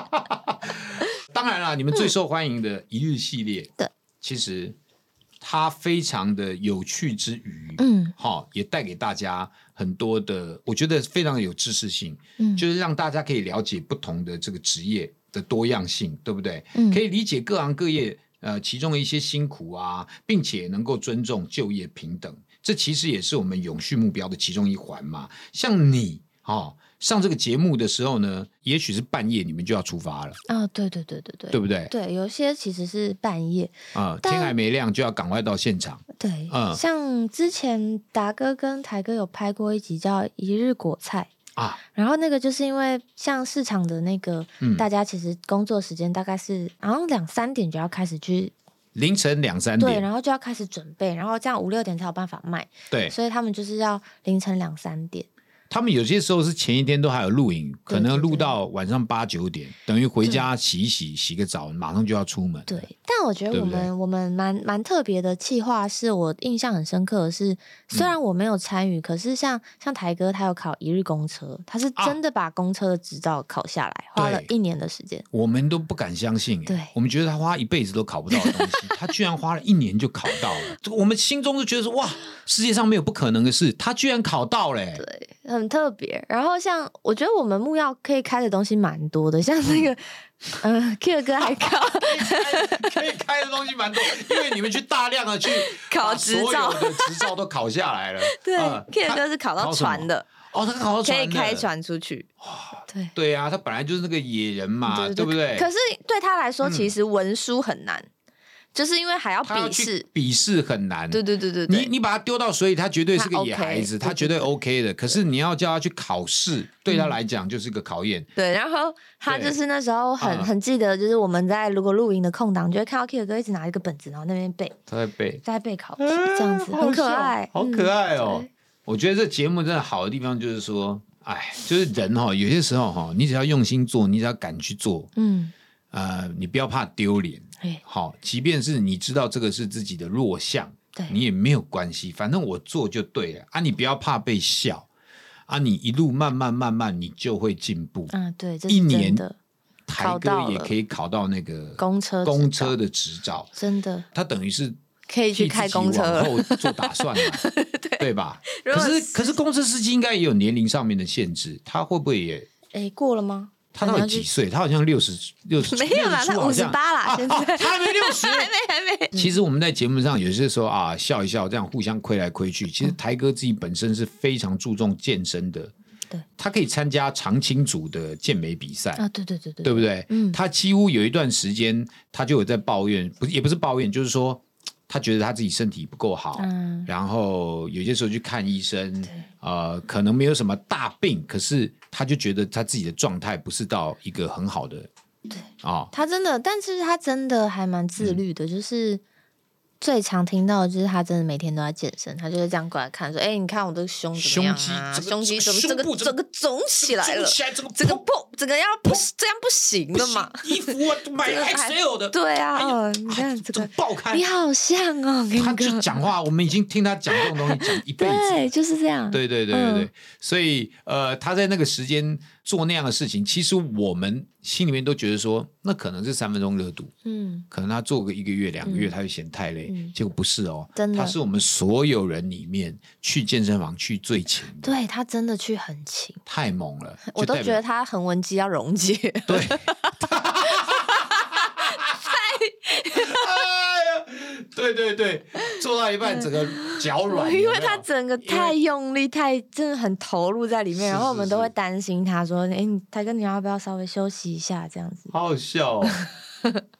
[SPEAKER 1] 当然啦，你们最受欢迎的一日系列，
[SPEAKER 2] 对
[SPEAKER 1] 其实它非常的有趣之余，
[SPEAKER 2] 嗯
[SPEAKER 1] 好、也带给大家很多的，我觉得非常有知识性，
[SPEAKER 2] 嗯，
[SPEAKER 1] 就是让大家可以了解不同的这个职业的多样性，对不对？
[SPEAKER 2] 嗯
[SPEAKER 1] 可以理解各行各业呃其中的一些辛苦啊，并且能够尊重就业平等，这其实也是我们永续目标的其中一环嘛。像你哦，上这个节目的时候呢，也许是半夜你们就要出发了，
[SPEAKER 2] 啊，对对对对对
[SPEAKER 1] 对不对？
[SPEAKER 2] 对，有些其实是半夜，
[SPEAKER 1] 啊、
[SPEAKER 2] 但
[SPEAKER 1] 天还没亮就要赶快到现场。
[SPEAKER 2] 对，
[SPEAKER 1] 嗯
[SPEAKER 2] 像之前达哥跟台哥有拍过一集叫《一日果菜》。
[SPEAKER 1] 啊，
[SPEAKER 2] 然后那个就是因为像市场的那个，
[SPEAKER 1] 嗯
[SPEAKER 2] 大家其实工作时间大概是好像两三点就要开始去
[SPEAKER 1] 凌晨两三
[SPEAKER 2] 对，
[SPEAKER 1] 点，
[SPEAKER 2] 然后就要开始准备，然后这样五六点才有办法卖，
[SPEAKER 1] 对，
[SPEAKER 2] 所以他们就是要凌晨两三点。
[SPEAKER 1] 他们有些时候是前一天都还有录影，可能录到晚上八九点，等于回家洗一洗、洗个澡，马上就要出门。
[SPEAKER 2] 对，但我觉
[SPEAKER 1] 嗯
[SPEAKER 2] 得
[SPEAKER 1] 对
[SPEAKER 2] 我
[SPEAKER 1] 不对
[SPEAKER 2] 们我们蛮蛮特别的企划，是我印象很深刻的是，
[SPEAKER 1] 嗯
[SPEAKER 2] 虽然我没有参与，可是像像台哥他有考一日公车，他是
[SPEAKER 1] 啊
[SPEAKER 2] 真的把公车的执照考下来，花了
[SPEAKER 1] 对
[SPEAKER 2] 一年的时间。
[SPEAKER 1] 我们都不敢相信，哎
[SPEAKER 2] 对
[SPEAKER 1] 我们觉得他花一辈子都考不到的 东西，他居然花了一年就考到了。这个我们心中就觉得说，哇，世界上没有不可能的事，他居然考到了。哎
[SPEAKER 2] 对，很特别。然后像我觉得我们木曜可以开的东西蛮多的，像那个嗯 Q 哥还考
[SPEAKER 1] 可以开 的东西蛮多，因为你们去大量的去
[SPEAKER 3] 考执照
[SPEAKER 1] 把所有的执照都考下来了。
[SPEAKER 3] 对
[SPEAKER 1] 嗯
[SPEAKER 3] ，K
[SPEAKER 1] 他
[SPEAKER 3] 哥是考到
[SPEAKER 1] 考什么
[SPEAKER 3] 船的，
[SPEAKER 1] 哦，他考到
[SPEAKER 3] 可以
[SPEAKER 1] 船的
[SPEAKER 3] 开。船出去。
[SPEAKER 2] 对。
[SPEAKER 1] 对啊，他本来就是那个野人嘛，
[SPEAKER 2] 对
[SPEAKER 1] 对不对？
[SPEAKER 3] 可是对他来说，
[SPEAKER 1] 嗯
[SPEAKER 3] 其实文书很难，就是因为还要
[SPEAKER 1] 他要
[SPEAKER 3] 笔
[SPEAKER 1] 去
[SPEAKER 3] 试。
[SPEAKER 1] 笔试很难。
[SPEAKER 3] 对对对对
[SPEAKER 1] 你
[SPEAKER 3] 对，
[SPEAKER 1] 你把他丢到水里，他绝对是
[SPEAKER 3] 他
[SPEAKER 1] 个
[SPEAKER 3] OK，
[SPEAKER 1] 野孩子，
[SPEAKER 3] 对
[SPEAKER 1] 他绝对 OK 的。可是你要叫他去考试，对
[SPEAKER 2] 嗯
[SPEAKER 1] 他来讲就是个考验。
[SPEAKER 3] 对，然后
[SPEAKER 2] 他
[SPEAKER 1] 对
[SPEAKER 2] 就是那时候很、
[SPEAKER 1] 嗯
[SPEAKER 2] 很记得，就是我们在如果露营的空档，就会看到 Q 哥一直拿一个本子，然后那边背，
[SPEAKER 1] 他在背，
[SPEAKER 2] 在备考这样子，很可爱，
[SPEAKER 1] 哎好
[SPEAKER 2] 嗯
[SPEAKER 1] 可爱哦
[SPEAKER 2] 对！
[SPEAKER 1] 我觉得这节目真的好的地方就是说，哎，就是人哈、有些时候哈、你只要用心做，你只要敢去做，
[SPEAKER 2] 嗯，
[SPEAKER 1] 呃，你不要怕丢脸，
[SPEAKER 2] 哎，
[SPEAKER 1] 好，即便是你知道这个是自己的弱项，
[SPEAKER 2] 对，
[SPEAKER 1] 你也没有关系，反正我做就对了啊！你不要怕被笑啊！你一路慢慢慢慢，你就会进步。
[SPEAKER 2] 啊，对，这
[SPEAKER 1] 一
[SPEAKER 2] 是真
[SPEAKER 1] 年
[SPEAKER 2] 的，
[SPEAKER 1] 台
[SPEAKER 2] 考
[SPEAKER 1] 哥
[SPEAKER 2] 到
[SPEAKER 1] 也
[SPEAKER 2] 了
[SPEAKER 1] 可以考到那个
[SPEAKER 2] 公车执
[SPEAKER 1] 公
[SPEAKER 2] 照
[SPEAKER 1] 车的执照，
[SPEAKER 2] 真的，
[SPEAKER 1] 他等于是
[SPEAKER 3] 可以去开公车了。
[SPEAKER 1] 替自己往后做打 算嘛，对吧？
[SPEAKER 3] 如
[SPEAKER 1] 可
[SPEAKER 3] 果
[SPEAKER 1] 是可是公车司机应该也有年龄上面的限制，他会不会也？
[SPEAKER 2] 哎，过了吗？
[SPEAKER 1] 他到
[SPEAKER 2] 好
[SPEAKER 1] 底
[SPEAKER 2] 像是
[SPEAKER 1] 几岁？他好像六十六十，
[SPEAKER 3] 没有啦，
[SPEAKER 1] 60
[SPEAKER 3] 他
[SPEAKER 1] 好
[SPEAKER 3] 五十
[SPEAKER 1] 像
[SPEAKER 3] 八啦，
[SPEAKER 1] 啊
[SPEAKER 3] 现在
[SPEAKER 1] 啊，他还没六十，
[SPEAKER 3] 还没还没。
[SPEAKER 1] 其实我们在节目上有些时候啊，笑一笑，这样互相亏来亏去。其
[SPEAKER 3] 嗯
[SPEAKER 1] 实台哥自己本身是非常注重健身的，
[SPEAKER 2] 对，
[SPEAKER 1] 他可以参加长青组的健美比赛，
[SPEAKER 3] 嗯
[SPEAKER 2] 啊，对对对对
[SPEAKER 1] 对不对？
[SPEAKER 2] 嗯
[SPEAKER 1] 他几乎有一段时间，他就有在抱怨，不是也不是抱怨，就是说他觉得他自己身体不够好，
[SPEAKER 2] 嗯，
[SPEAKER 1] 然后有些时候去看医生
[SPEAKER 2] 对，
[SPEAKER 1] 呃，可能没有什么大病，可是他就觉得他自己的状态不是到一个很好的，
[SPEAKER 2] 对
[SPEAKER 1] 啊、
[SPEAKER 2] 他真的，但是他真的还蛮
[SPEAKER 1] 嗯
[SPEAKER 2] 自律的，就是最常听到的就是他真的每天都在健身，他就会这样过来看说：“哎、你看我的胸怎么样啊？
[SPEAKER 1] 胸
[SPEAKER 2] 胸
[SPEAKER 1] 肌
[SPEAKER 2] 肌
[SPEAKER 1] 这
[SPEAKER 2] 怎
[SPEAKER 1] 个
[SPEAKER 2] 么
[SPEAKER 1] 这个胸部这
[SPEAKER 2] 这个这
[SPEAKER 1] 个
[SPEAKER 2] 个肿起来了
[SPEAKER 1] 肿？起来这个
[SPEAKER 3] 这个不，这个要不这样不行的嘛？
[SPEAKER 1] 不行衣服我啊买
[SPEAKER 3] 这个还
[SPEAKER 1] XL 的，
[SPEAKER 3] 对啊，
[SPEAKER 1] 哎呀
[SPEAKER 3] 哦你看这
[SPEAKER 1] 怎么
[SPEAKER 3] 个，
[SPEAKER 1] 爆开
[SPEAKER 2] 你？好像哦，
[SPEAKER 1] 他
[SPEAKER 2] 跟
[SPEAKER 1] 就
[SPEAKER 2] 哥，
[SPEAKER 1] 讲话，我们已经听他讲这种东西讲一辈子。
[SPEAKER 2] 对，就是这样，
[SPEAKER 1] 对对对对对，
[SPEAKER 2] 嗯
[SPEAKER 1] 所以呃，他在那个时间做那样的事情，其实我们心里面都觉得说，那可能是三分钟热度，
[SPEAKER 2] 嗯，
[SPEAKER 1] 可能他做个一个月、两个月，
[SPEAKER 2] 嗯
[SPEAKER 1] 他就嫌太累。
[SPEAKER 2] 嗯
[SPEAKER 1] 结果不是哦，
[SPEAKER 2] 真的
[SPEAKER 1] 他是我们所有人里面去健身房去最勤的，
[SPEAKER 2] 对他真的去很勤，
[SPEAKER 1] 太猛了，
[SPEAKER 2] 我
[SPEAKER 1] 就
[SPEAKER 2] 都
[SPEAKER 1] 代
[SPEAKER 2] 觉
[SPEAKER 1] 表
[SPEAKER 2] 得他横纹肌要溶解。
[SPEAKER 1] 对。 哎呀，对对对，做到一半整个脚软，
[SPEAKER 2] 因
[SPEAKER 1] 有没
[SPEAKER 2] 嗯为
[SPEAKER 1] 有
[SPEAKER 2] 他整个
[SPEAKER 1] 因为
[SPEAKER 2] 太用力，太真的很投入在里面，
[SPEAKER 1] 是
[SPEAKER 2] 然后我
[SPEAKER 1] 是
[SPEAKER 2] 们都
[SPEAKER 1] 是
[SPEAKER 2] 会担心他说：“哎、你台哥，你要不要稍微休息一下？”这样子，
[SPEAKER 1] 好好笑 哦。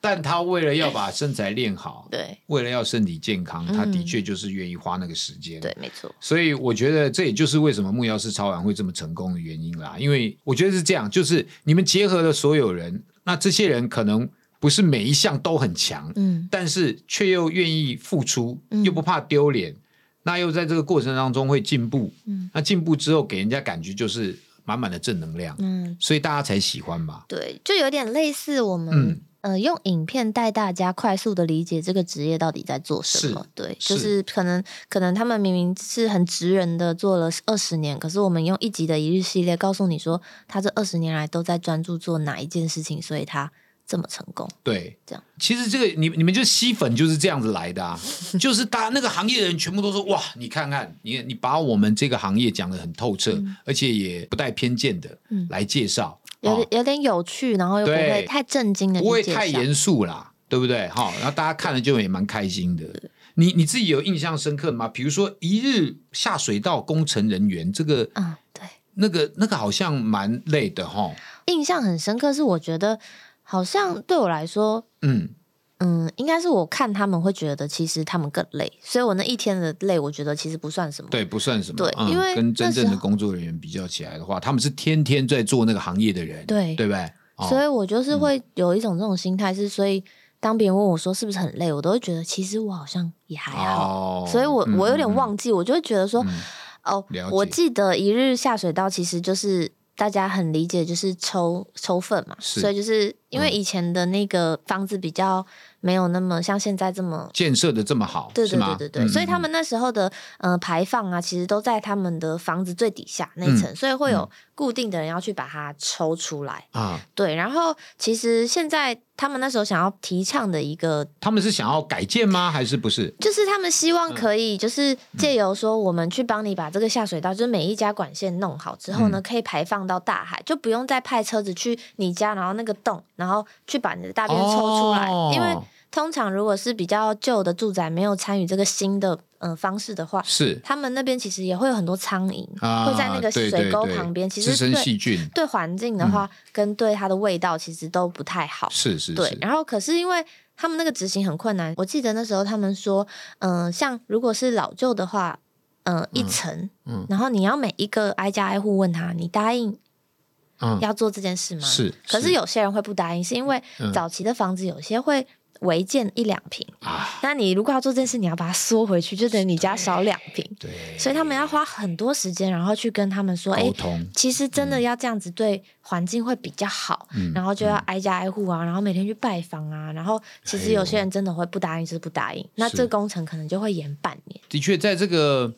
[SPEAKER 1] 但他为了要把身材练好，
[SPEAKER 2] 对
[SPEAKER 1] 为了要身体健康，
[SPEAKER 2] 嗯
[SPEAKER 1] 他的确就是愿意花那个时间。
[SPEAKER 2] 对，没错，
[SPEAKER 1] 所以我觉得这也就是为什么木曜式超玩会这么成功的原因啦。因为我觉得是这样，就是你们结合了所有人，那这些人可能不是每一项都很强，
[SPEAKER 2] 嗯。
[SPEAKER 1] 但是却又愿意付出，
[SPEAKER 2] 嗯
[SPEAKER 1] 又不怕丢脸，那又在这个过程当中会进步。
[SPEAKER 2] 嗯
[SPEAKER 1] 那进步之后给人家感觉就是满满的正能量，
[SPEAKER 2] 嗯，
[SPEAKER 1] 所以大家才喜欢嘛。
[SPEAKER 2] 对，就有点类似我们、
[SPEAKER 1] 嗯
[SPEAKER 2] 呃用影片带大家快速的理解这个职业到底在做什么。对，就是是可能可能他们明明是很职人的做了二十年，可是我们用一集的一日系列告诉你说，他这二十年来都在专注做哪一件事情，所以他这么成功。
[SPEAKER 1] 对，
[SPEAKER 2] 这样。
[SPEAKER 1] 其实这个你你们就吸粉就是这样子来 的啊，就是大家那个行业的人全部都说哇，你看看你你把我们这个行业讲得很透彻，而且也不带偏见的、
[SPEAKER 2] 嗯
[SPEAKER 1] 来介绍，
[SPEAKER 2] 有点
[SPEAKER 1] 哦
[SPEAKER 2] 有点有趣，然后又不
[SPEAKER 1] 对
[SPEAKER 2] 会太震惊的
[SPEAKER 1] 不会
[SPEAKER 2] 去介
[SPEAKER 1] 太
[SPEAKER 2] 绍。
[SPEAKER 1] 严肃啦，对不对？哈、然后大家看了就也蛮开心的。你你自己有印象深刻吗？比如说一日下水道工程人员这个
[SPEAKER 2] 嗯，对，
[SPEAKER 1] 那个那个好像蛮累的哈，
[SPEAKER 2] 印象很深刻是我觉得好像对我来说，
[SPEAKER 1] 嗯，
[SPEAKER 2] 嗯，应该是我看他们会觉得，其实他们更累，所以我那一天的累，我觉得其实不算什么。
[SPEAKER 1] 对，不算什么，
[SPEAKER 2] 对
[SPEAKER 1] 嗯、
[SPEAKER 2] 因为
[SPEAKER 1] 跟真
[SPEAKER 2] 那时
[SPEAKER 1] 正
[SPEAKER 2] 候
[SPEAKER 1] 的工作人员比较起来的话，他们是天天在做那个行业的人，
[SPEAKER 2] 对
[SPEAKER 1] 对不对？哦
[SPEAKER 2] 所以我就是会有一种这种心态是，所以当别人问我说是不是很累，我都会觉得其实我好像也还好。
[SPEAKER 1] 哦
[SPEAKER 2] 所以我
[SPEAKER 1] 嗯
[SPEAKER 2] 我有点
[SPEAKER 1] 嗯
[SPEAKER 2] 忘记，我就会觉得说，哦
[SPEAKER 1] 了，
[SPEAKER 2] 我
[SPEAKER 1] 解
[SPEAKER 2] 记得一日下水道其实就是大家很理解，就是抽抽粪嘛，
[SPEAKER 1] 是
[SPEAKER 2] 所以就是因为
[SPEAKER 1] 嗯
[SPEAKER 2] 以前的那个房子比较没有那么像现在这么。
[SPEAKER 1] 建设的这么好，
[SPEAKER 2] 对
[SPEAKER 1] 是
[SPEAKER 2] 对
[SPEAKER 1] 吗
[SPEAKER 2] 对对对，
[SPEAKER 1] 嗯
[SPEAKER 2] 所以他
[SPEAKER 1] 嗯
[SPEAKER 2] 们那时候的呃排放啊，其实都在他们的房子最底下那一
[SPEAKER 1] 嗯
[SPEAKER 2] 层，所以会有固定的人要去把它抽出来。
[SPEAKER 1] 啊，
[SPEAKER 2] 对，然后其实现在他们那时候想要提倡的一个
[SPEAKER 1] 他们是想要改建吗？还是不是？
[SPEAKER 2] 就是他们希
[SPEAKER 1] 嗯
[SPEAKER 2] 望可以，就是借由说我们去帮你把这个下水道，就是每一家管线弄好之后呢，
[SPEAKER 1] 嗯
[SPEAKER 2] 可以排放到大海，就不用再派车子去你家，然后那个洞，然后去把你的大便抽出来。
[SPEAKER 1] 哦
[SPEAKER 2] 因为通常如果是比较旧的住宅，没有参与这个新的嗯、呃方式的话，
[SPEAKER 1] 是
[SPEAKER 2] 他们那边其实也会有很多苍蝇，
[SPEAKER 1] 啊，
[SPEAKER 2] 会在那个
[SPEAKER 1] 对
[SPEAKER 2] 水沟
[SPEAKER 1] 对对
[SPEAKER 2] 旁边其实
[SPEAKER 1] 滋生
[SPEAKER 2] 对
[SPEAKER 1] 细菌，
[SPEAKER 2] 对环境的
[SPEAKER 1] 嗯
[SPEAKER 2] 话，跟对它的味道其实都不太好。
[SPEAKER 1] 是是
[SPEAKER 2] 对，
[SPEAKER 1] 是，
[SPEAKER 2] 然后可是因为他们那个执行很困难，我记得那时候他们说，嗯、像如果是老旧的话，嗯、一层，
[SPEAKER 1] 嗯
[SPEAKER 2] 然后你要每一个挨家挨户问他，你答应
[SPEAKER 1] 嗯，
[SPEAKER 2] 要做这件事吗？
[SPEAKER 1] 是
[SPEAKER 2] 可是
[SPEAKER 1] 是
[SPEAKER 2] 有些人会不答应，是因为
[SPEAKER 1] 嗯
[SPEAKER 2] 早期的房子有些会。违建一两平，
[SPEAKER 1] 啊，
[SPEAKER 2] 那你如果要做这件事，你要把它缩回去，就等于你家少两平，
[SPEAKER 1] 对，
[SPEAKER 2] 所以他们要花很多时间，然后去跟他们说，哎、
[SPEAKER 1] 沟通，
[SPEAKER 2] 其实真的要这样子对环境会比较好，
[SPEAKER 1] 嗯
[SPEAKER 2] 然后就要挨家挨户啊，然后每天去拜访啊，然后其
[SPEAKER 1] 哎
[SPEAKER 2] 实
[SPEAKER 1] 呦
[SPEAKER 2] 有些人真的会不答应，就是不答应，那这工程可能就会延半年。
[SPEAKER 1] 的确，在这个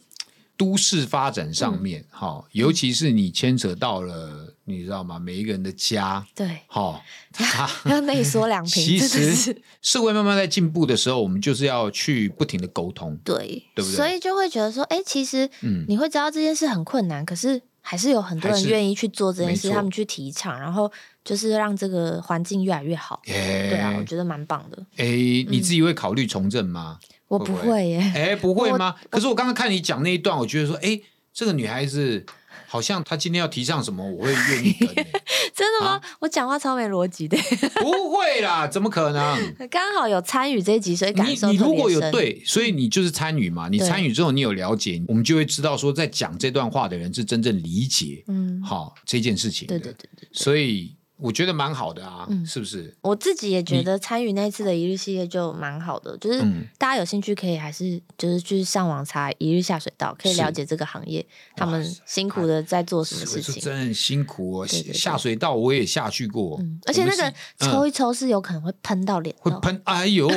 [SPEAKER 1] 都市发展上
[SPEAKER 2] 嗯
[SPEAKER 1] 面，哈、尤其是你牵扯到了，你知道吗？每一个人的家，
[SPEAKER 2] 对，
[SPEAKER 1] 哈、它
[SPEAKER 2] 要内缩 两
[SPEAKER 1] 其
[SPEAKER 2] 平，真的是
[SPEAKER 1] 实社会慢慢在进步的时候，我们就是要去不停的沟通，
[SPEAKER 2] 对，
[SPEAKER 1] 对不对
[SPEAKER 2] 所以就会觉得说，哎，其实
[SPEAKER 1] 嗯，
[SPEAKER 2] 你会知道这件事很困难，可是还是有很多
[SPEAKER 1] 还
[SPEAKER 2] 人
[SPEAKER 1] 是
[SPEAKER 2] 愿意去做这件
[SPEAKER 1] 没
[SPEAKER 2] 事，
[SPEAKER 1] 错
[SPEAKER 2] 他们去提倡，然后就是让这个环境越来越好。
[SPEAKER 1] 哎
[SPEAKER 2] 对啊，我觉得蛮棒的。
[SPEAKER 1] 哎，你自己会考虑从政吗？
[SPEAKER 2] 我
[SPEAKER 1] 会
[SPEAKER 2] 不
[SPEAKER 1] 不会
[SPEAKER 2] 会耶，
[SPEAKER 1] 哎，不会吗？可是我刚刚看你讲那一段，我觉得说，哎，这个女孩子好像她今天要提倡什么，我会愿 意跟、欸。
[SPEAKER 2] 真的吗
[SPEAKER 1] 啊？
[SPEAKER 2] 我讲话超没逻辑的。
[SPEAKER 1] 不会啦，怎么可能？
[SPEAKER 2] 刚好有参与这一集，所以感受
[SPEAKER 1] 你你
[SPEAKER 2] 特
[SPEAKER 1] 如
[SPEAKER 2] 别
[SPEAKER 1] 果有
[SPEAKER 2] 深
[SPEAKER 1] 对，所以你就是参与嘛。你
[SPEAKER 2] 对
[SPEAKER 1] 参与之后，你有了解，我们就会知道说，在讲这段话的人是真正理解
[SPEAKER 2] 嗯，
[SPEAKER 1] 好、这件事情的。
[SPEAKER 2] 对对对对，
[SPEAKER 1] 所以我觉得蛮好的啊，
[SPEAKER 2] 嗯
[SPEAKER 1] 是不是？
[SPEAKER 2] 我自己也觉得参与那次的一日系列就蛮好的，就是
[SPEAKER 1] 嗯
[SPEAKER 2] 大家有兴趣可以还是就是去上网查一日下水道，可以
[SPEAKER 1] 是
[SPEAKER 2] 了解这个行业他
[SPEAKER 1] 哇
[SPEAKER 2] 们
[SPEAKER 1] 塞
[SPEAKER 2] 辛苦的在做什么
[SPEAKER 1] 是
[SPEAKER 2] 事
[SPEAKER 1] 是
[SPEAKER 2] 情。
[SPEAKER 1] 真的很辛苦哦，
[SPEAKER 2] 对对对
[SPEAKER 1] 下水道我也下去过，
[SPEAKER 2] 嗯，而且
[SPEAKER 1] 我
[SPEAKER 2] 那
[SPEAKER 1] 们是
[SPEAKER 2] 个抽一抽是有可能会喷到脸
[SPEAKER 1] 会
[SPEAKER 2] 的哦，
[SPEAKER 1] 喷，哎 呦，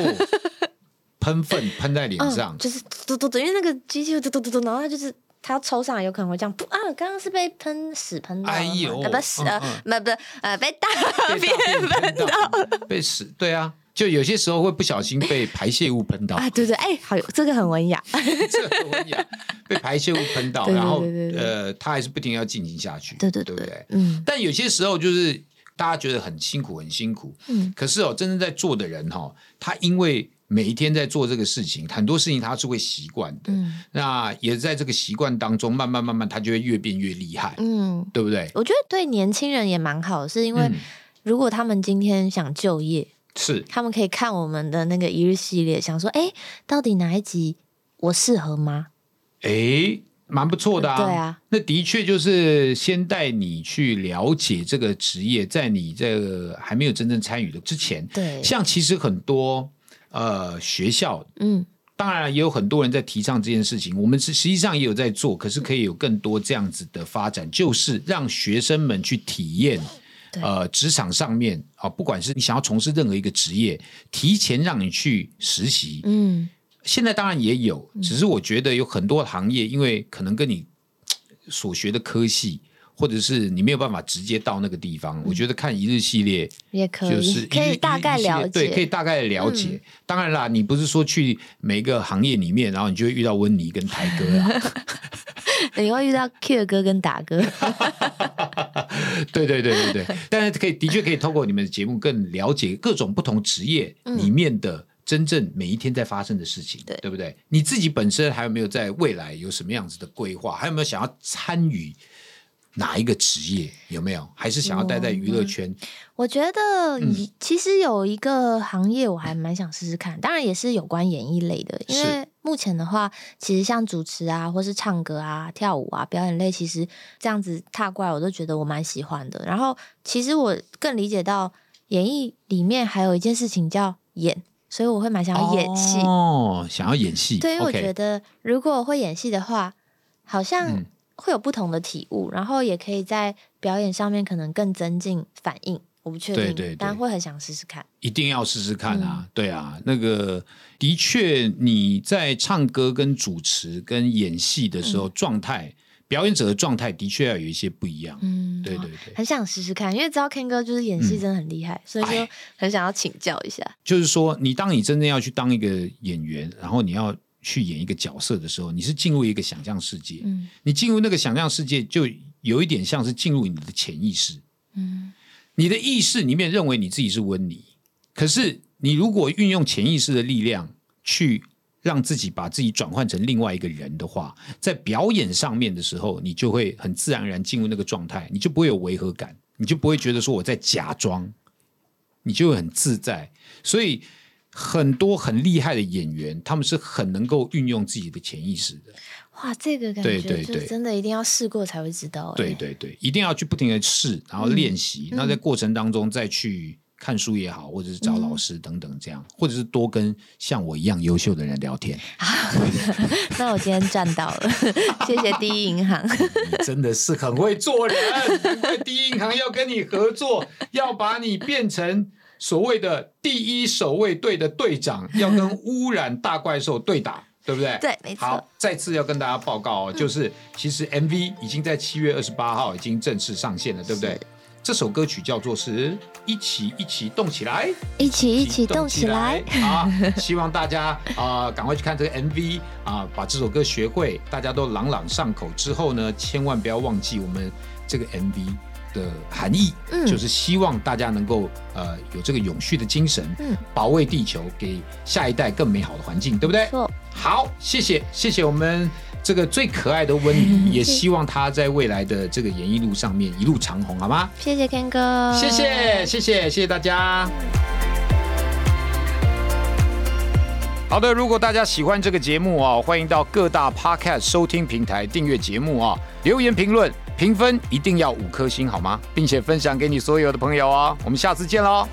[SPEAKER 1] 喷粪喷在脸上
[SPEAKER 2] 嗯，，就是嘟嘟嘟，因为那个机器会嘟嘟嘟嘟，然后它就是。它要抽上来，有可能会这样，噗啊！刚刚是被喷屎喷到了
[SPEAKER 1] 哎
[SPEAKER 2] 嘛，
[SPEAKER 1] 呦
[SPEAKER 2] 呃不屎
[SPEAKER 1] 嗯
[SPEAKER 2] 呃不不呃被大
[SPEAKER 1] 被
[SPEAKER 2] 便
[SPEAKER 1] 大便喷到，被屎，对啊，就有些时候会不小心被排泄物喷到，
[SPEAKER 2] 啊，对对，哎，好，这个很文雅，
[SPEAKER 1] 这个文雅被排泄物喷到，
[SPEAKER 2] 对对
[SPEAKER 1] 然后
[SPEAKER 2] 对对对
[SPEAKER 1] 呃，它还是不停地要进行下去，
[SPEAKER 2] 对对
[SPEAKER 1] 对不
[SPEAKER 2] 对，嗯
[SPEAKER 1] 但有些时候就是大家觉得很辛苦，很辛苦，
[SPEAKER 2] 嗯，
[SPEAKER 1] 可是哦，真正在做的人哈、他因为每一天在做这个事情，很多事情他是会习惯的，
[SPEAKER 2] 嗯
[SPEAKER 1] 那也在这个习惯当中，慢慢慢慢，他就会越变越厉害，
[SPEAKER 2] 嗯，
[SPEAKER 1] 对不对？
[SPEAKER 2] 我觉得对年轻人也蛮好的，是因为
[SPEAKER 1] 嗯
[SPEAKER 2] 如果他们今天想就业，
[SPEAKER 1] 是
[SPEAKER 2] 他们可以看我们的那个一日系列，想说，哎，到底哪一集我适合吗？
[SPEAKER 1] 诶，蛮不错的啊。
[SPEAKER 2] 对啊，
[SPEAKER 1] 那的确就是先带你去了解这个职业，在你这个还没有真正参与的之前，
[SPEAKER 2] 对，
[SPEAKER 1] 像其实很多呃学校。
[SPEAKER 2] 嗯，
[SPEAKER 1] 当然，也有很多人在提倡这件事情，我们是实际上也有在做，可是可以有更多这样子的发展，就是让学生们去体验，
[SPEAKER 2] 对
[SPEAKER 1] 呃，职场上面啊，不管是你想要从事任何一个职业，提前让你去实习，
[SPEAKER 2] 嗯，
[SPEAKER 1] 现在当然也有，只是我觉得有很多行业，因为可能跟你所学的科系，或者是你没有办法直接到那个地
[SPEAKER 2] 嗯
[SPEAKER 1] 方，我觉得看一日系列
[SPEAKER 2] 也可以，
[SPEAKER 1] 就是
[SPEAKER 2] 可
[SPEAKER 1] 一日
[SPEAKER 2] 以大概
[SPEAKER 1] 一日系列
[SPEAKER 2] 了解，嗯
[SPEAKER 1] 对，可以大概了解。当然啦，你不是说去每一个行业里面，然后你就会遇到温妮跟台哥 啊，
[SPEAKER 2] 你会遇到 Q 哥跟达哥，
[SPEAKER 1] 对对对对对。但是可以的确可以透过你们的节目更了解各种不同职业里面的。真正每一天在发生的事情，
[SPEAKER 2] 嗯对
[SPEAKER 1] 对不对？你自己本身还有没有在未来有什么样子的规划？还有没有想要参与哪一个职业？有没有？还是想要待
[SPEAKER 2] 嗯
[SPEAKER 1] 在娱乐圈？
[SPEAKER 2] 我觉得
[SPEAKER 1] 嗯
[SPEAKER 2] 以其实有一个行业我还蛮想试试看，当然也是有关演艺类的，因
[SPEAKER 1] 是
[SPEAKER 2] 为目前的话，其实像主持啊，或是唱歌啊、跳舞啊、表演类，其实这样子踏过来，我都觉得我蛮喜欢的。然后，其实我更理解到演艺里面还有一件事情叫演，所以我嗯会蛮想要演戏。
[SPEAKER 1] 哦，想要演戏。
[SPEAKER 2] 对，因为我
[SPEAKER 1] OK
[SPEAKER 2] 觉得如果会演戏的话，好像
[SPEAKER 1] 嗯
[SPEAKER 2] 会有不同的体悟，然后也可以在表演上面可能更增进反应。我不确定，
[SPEAKER 1] 对对对
[SPEAKER 2] 但会很想试试看。
[SPEAKER 1] 一定要试试看啊！
[SPEAKER 2] 嗯
[SPEAKER 1] 对啊，那个的确你在唱歌、跟主持、跟演戏的
[SPEAKER 2] 嗯
[SPEAKER 1] 时候，状态表演者的状态的确要有一些不一样。
[SPEAKER 2] 嗯，
[SPEAKER 1] 对对
[SPEAKER 2] 哇
[SPEAKER 1] 对，
[SPEAKER 2] 很想试试看，因为知道 Ken 哥就是演戏
[SPEAKER 1] 嗯
[SPEAKER 2] 真的很厉害，所以就
[SPEAKER 1] 哎
[SPEAKER 2] 很想要请教一下。
[SPEAKER 1] 就是说，你当你真正要去当一个演员，然后你要去演一个角色的时候，你是进入一个想象世界。
[SPEAKER 2] 嗯
[SPEAKER 1] 你进入那个想象世界，就有一点像是进入你的潜意识。
[SPEAKER 2] 嗯
[SPEAKER 1] 你的意识里面认为你自己是温妮，可是你如果运用潜意识的力量去让自己把自己转换成另外一个人的话，在表演上面的时候，你就会很自然而然进入那个状态，你就不会有违和感，你就不会觉得说我在假装，你就会很自在。所以很多很厉害的演员，他们是很能够运用自己的潜意识的。
[SPEAKER 2] 哇，这个感
[SPEAKER 1] 对
[SPEAKER 2] 觉
[SPEAKER 1] 对
[SPEAKER 2] 就
[SPEAKER 1] 对
[SPEAKER 2] 真的一定要试过才会知道、欸。
[SPEAKER 1] 对对对，一定要去不停的试，然后练习。
[SPEAKER 2] 嗯嗯
[SPEAKER 1] 那在过程当中再去看书也好，或者是找老师等等这样，或者是多跟像我一样优秀的人聊天。
[SPEAKER 2] 那我今天赚到了，谢谢第一银行。
[SPEAKER 1] 你真的是很会做人，难怪第一银行要跟你合作，要把你变成。所谓的第一守卫队的队长要跟污染大怪兽对打，对不对？
[SPEAKER 2] 对没错嗯
[SPEAKER 1] 好，再次要跟大家报告哦，就是其实 MV 已经在七月二十八号已经正式上线了，对不对
[SPEAKER 2] 是？
[SPEAKER 1] 这首歌曲叫做是一起一起动起来，
[SPEAKER 2] 一起一起动起来。
[SPEAKER 1] 啊！希望大家啊、呃赶快去看这个 MV 啊、把这首歌学会，大家都朗朗上口之后呢，千万不要忘记我们这个 MV 的含义，
[SPEAKER 2] 嗯
[SPEAKER 1] 就是希望大家能够呃有这个永续的精神，
[SPEAKER 2] 嗯
[SPEAKER 1] 保卫地球，给下一代更美好的环境，对不对？
[SPEAKER 2] 错，
[SPEAKER 1] 好，谢谢谢谢我们这个最可爱的温 妮，也希望她在未来的这个演艺路上面一路长虹，好吗？
[SPEAKER 2] 谢谢 Ken 哥，
[SPEAKER 1] 谢谢，
[SPEAKER 2] 嗯
[SPEAKER 1] 谢谢，谢谢大家。好的，如果大家喜欢这个节目哦，欢迎到各大 Podcast 收听平台订阅节目哦，留言评论评分一定要五颗星好吗？并且分享给你所有的朋友哦。我们下次见喽。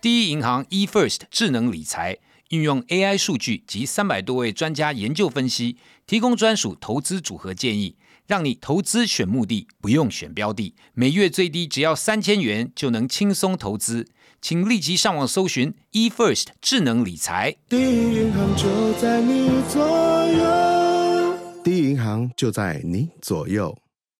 [SPEAKER 1] 第一银行 eFirst 智能理财运用 AI 数据及三百多位专家研究分析，提供专属投资组合建议，让你投资选目的不用选标的，每月最低只要三千元就能轻松投资。请立即上网搜寻 eFirst 智能理财。
[SPEAKER 4] 第一银行就在你左右，第一银行就在你左右。